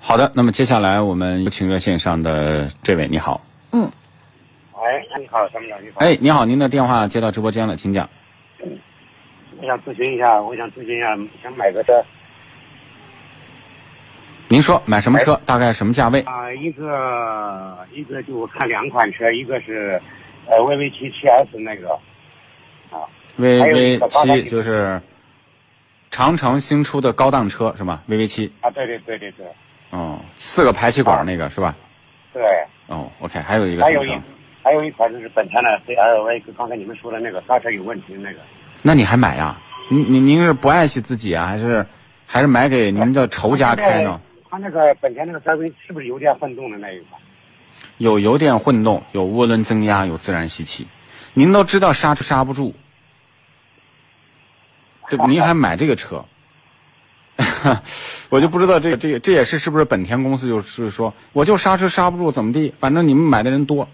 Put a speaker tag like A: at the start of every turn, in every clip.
A: 好的，那么接下来我们有请热线上的这位，你好。
B: 嗯，
C: 喂，哎你好，参谋长，你好。
A: 哎，，你好，您的电话接到直播间了，请讲。
C: 我想咨询一下，我想咨询一下，想买个车
A: 您说买什么
C: 哎
A: 车，大概什么价位？
C: 啊、一个一个就我看两款车，一个是呃 VV 七七 S 那个，还有一
A: VV
C: 个八八
A: 七
C: 零
A: 就是长城新出的高档车是吧？VV 七，
C: 啊，对对对对对
A: 哦，四个排气管那个是吧？
C: 对，
A: 哦，OK，还有一个
C: 啊还
A: 什
C: 有
A: 么
C: 一
A: 车？
C: 还有一款就是本田的 CLV，就刚才你们说的那个刹车有问题的那个，
A: 那你还买呀、您您您是不爱惜自己啊，还是还是买给您
C: 哎
A: 的仇家开呢？
C: 它那个本田那个 CLV 是不是油电混动的那一款？
A: 有油电混动，有涡轮增压，有自然吸气。您都知道刹车刹不住，对不？您还买这个车， 我就不知道这个这个这也是是不是本田公司就是说，我就刹车刹不住，怎么地？反正你们买的人多，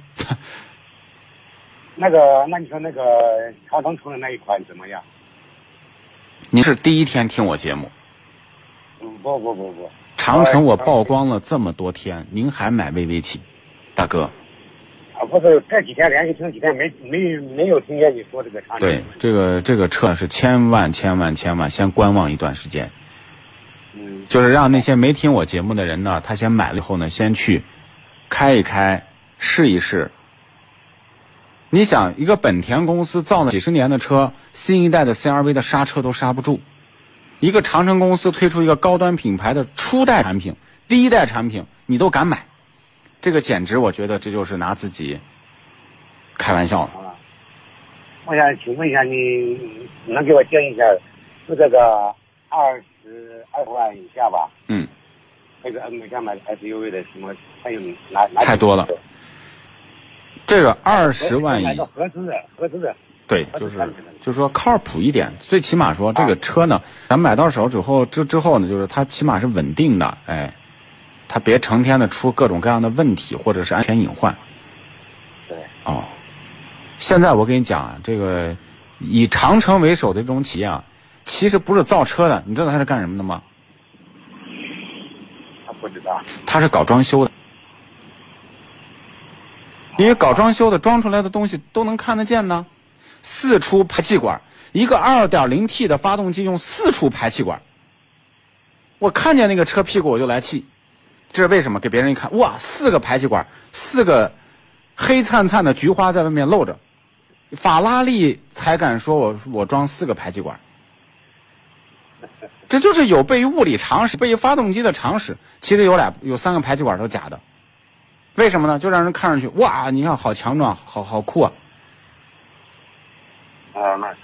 C: 那个，那你说那个长城出的那一款怎么样？
A: 您是第一天听我节目，
C: 嗯，不不不不，
A: 长城我曝光了这么多天，您还买 VV 七，大哥，
C: 啊，不是这几天连续听几天没没没有听见你说这个长城。
A: 对，这个这个车是千万千万千万先观望一段时间，
C: 嗯，
A: 就是让那些没听我节目的人呢，他先买了以后呢，先去开一开，试一试。你想，一个本田公司造了几十年的车，新一代的 CRV 的刹车都刹不住；一个长城公司推出一个高端品牌的初代产品、第一代产品，你都敢买，这个简直我觉得这就是拿自己开玩笑了。
C: 我想请问一下，你能给我建议一下，就这个二十二万以下吧？
A: 嗯，
C: 那个我想买的 SUV 的什么，还有哪哪
A: 太多了这个二十万以
C: 买个合资的，合资的。
A: 对，
C: 它
A: 就是是
C: 看起来
A: 就是说靠谱一点，最起码说这个车呢，咱买到手之后之之后呢，就是它起码是稳定的，哎，它别成天的出各种各样的问题或者是安全隐患。
C: 对。
A: 哦，现在我跟你讲啊，这个以长城为首的这种企业啊，其实不是造车的，你知道它是干什么的吗？
C: 他啊不知道。
A: 它是搞装修的，因为搞装修的装出来的东西都能看得见呢。四出排气管，一个 2.0T 的发动机用四出排气管，我看见那个车屁股我就来气，这是为什么？给别人一看，哇，四个排气管，四个黑灿灿的菊花在外面露着，法拉利才敢说我我装四个排气管。这就是有悖于物理常识、悖于发动机的常识。其实有俩、有三个排气管都是假的，为什么呢？就让人看上去哇，你看好强壮，好好酷啊，
C: 啊，那是。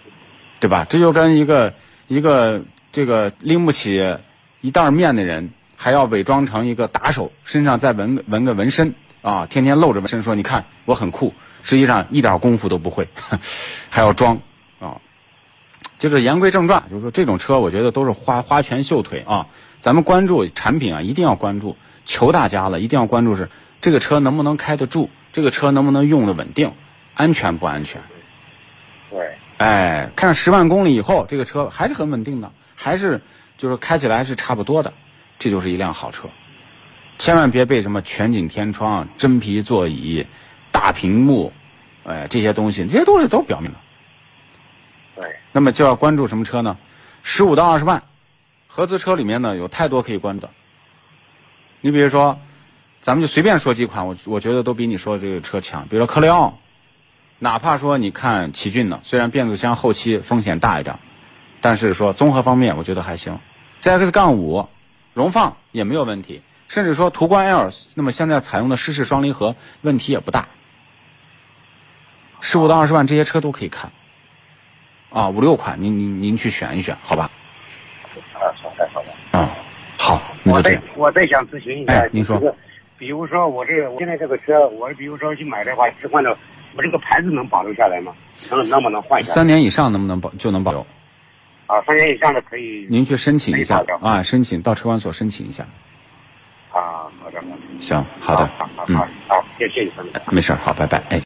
A: 对吧？这就跟一个一个这个拎不起一袋面的人，还要伪装成一个打手，身上再纹个纹个纹身啊，天天露着纹身说你看我很酷，实际上一点功夫都不会， 还要装啊。就是言归正传，就是说这种车我觉得都是花花拳绣腿啊。咱们关注产品啊，一定要关注，求大家了，一定要关注是这个车能不能开得住，这个车能不能用的稳定，安全不安全。
C: 对。
A: 哎，看十万公里以后，这个车还是很稳定的，还是就是开起来还是差不多的，这就是一辆好车。千万别被什么全景天窗、真皮座椅、大屏幕，哎，这些东西，这些东西都表面的。
C: 对。
A: 那么就要关注什么车呢？十五到二十万，合资车里面呢有太多可以关注的。你比如说，咱们就随便说几款，我我觉得都比你说的这个车强。比如说科雷傲，哪怕说你看奇骏呢，虽然变速箱后期风险大一点，但是说综合方面我觉得还行。CX 杠五，荣放也没有问题，甚至说途观 L，那么现在采用的湿式双离合问题也不大。十五到二十万这些车都可以看，啊，五六款您您您去选一选，好吧？
C: 啊，好的好的。
A: 啊，好，那就
C: 我
A: 这
C: 再
A: 样。
C: 我再想咨询一下
A: 哎，您说
C: 这个比如说我这我现在这个车，我比如说去买的话，置换的，我这个牌子能保留下来吗？能能不能换一下？
A: 三年以上能不能保就能保留？
C: 啊，三年以上的可以。
A: 您去申请一下
C: 可以保留
A: 啊，申请到车管所申请一下。
C: 啊，好的好的。
A: 行，好的，
C: 好好
A: 嗯
C: 好，好，谢谢你，参谋长。
A: 没事儿，好，拜拜，哎。